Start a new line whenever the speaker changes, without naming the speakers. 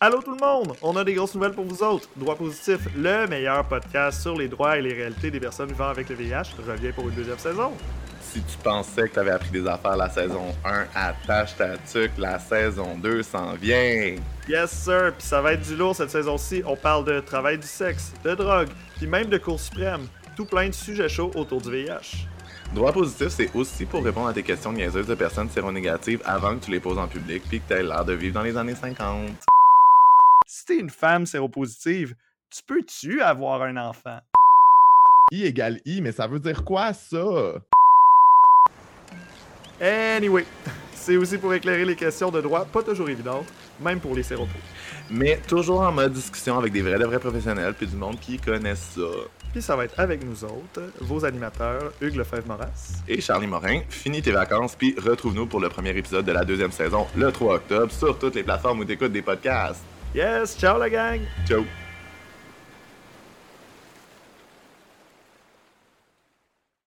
Allô tout le monde! On a des grosses nouvelles pour vous autres. Droit positif, le meilleur podcast sur les droits et les réalités des personnes vivant avec le VIH, revient pour une deuxième saison.
Si tu pensais que tu avais appris des affaires la saison 1, attache ta tuque, la saison 2 s'en vient.
Yes sir! Puis ça va être du lourd cette saison-ci. On parle de travail du sexe, de drogue, puis même de cours suprême. Tout plein de sujets chauds autour du VIH.
Droit positif, c'est aussi pour répondre à tes questions niaiseuses de personnes séronégatives avant que tu les poses en public puis que tu aies l'air de vivre dans les années 50.
Si t'es une femme séropositive, tu peux-tu avoir un enfant?
I égale I, mais ça veut dire quoi ça?
Anyway, c'est aussi pour éclairer les questions de droit, pas toujours évidentes, même pour les séropos.
Mais toujours en mode discussion avec des vrais de vrais professionnels puis du monde qui connaissent ça.
Puis ça va être avec nous autres, vos animateurs, Hugues Lefebvre-Moras.
Et Charlie Morin, finis tes vacances puis retrouve-nous pour le premier épisode de la deuxième saison le 3 octobre sur toutes les plateformes où t'écoutes des podcasts.
Yes, ciao la gang!
Ciao!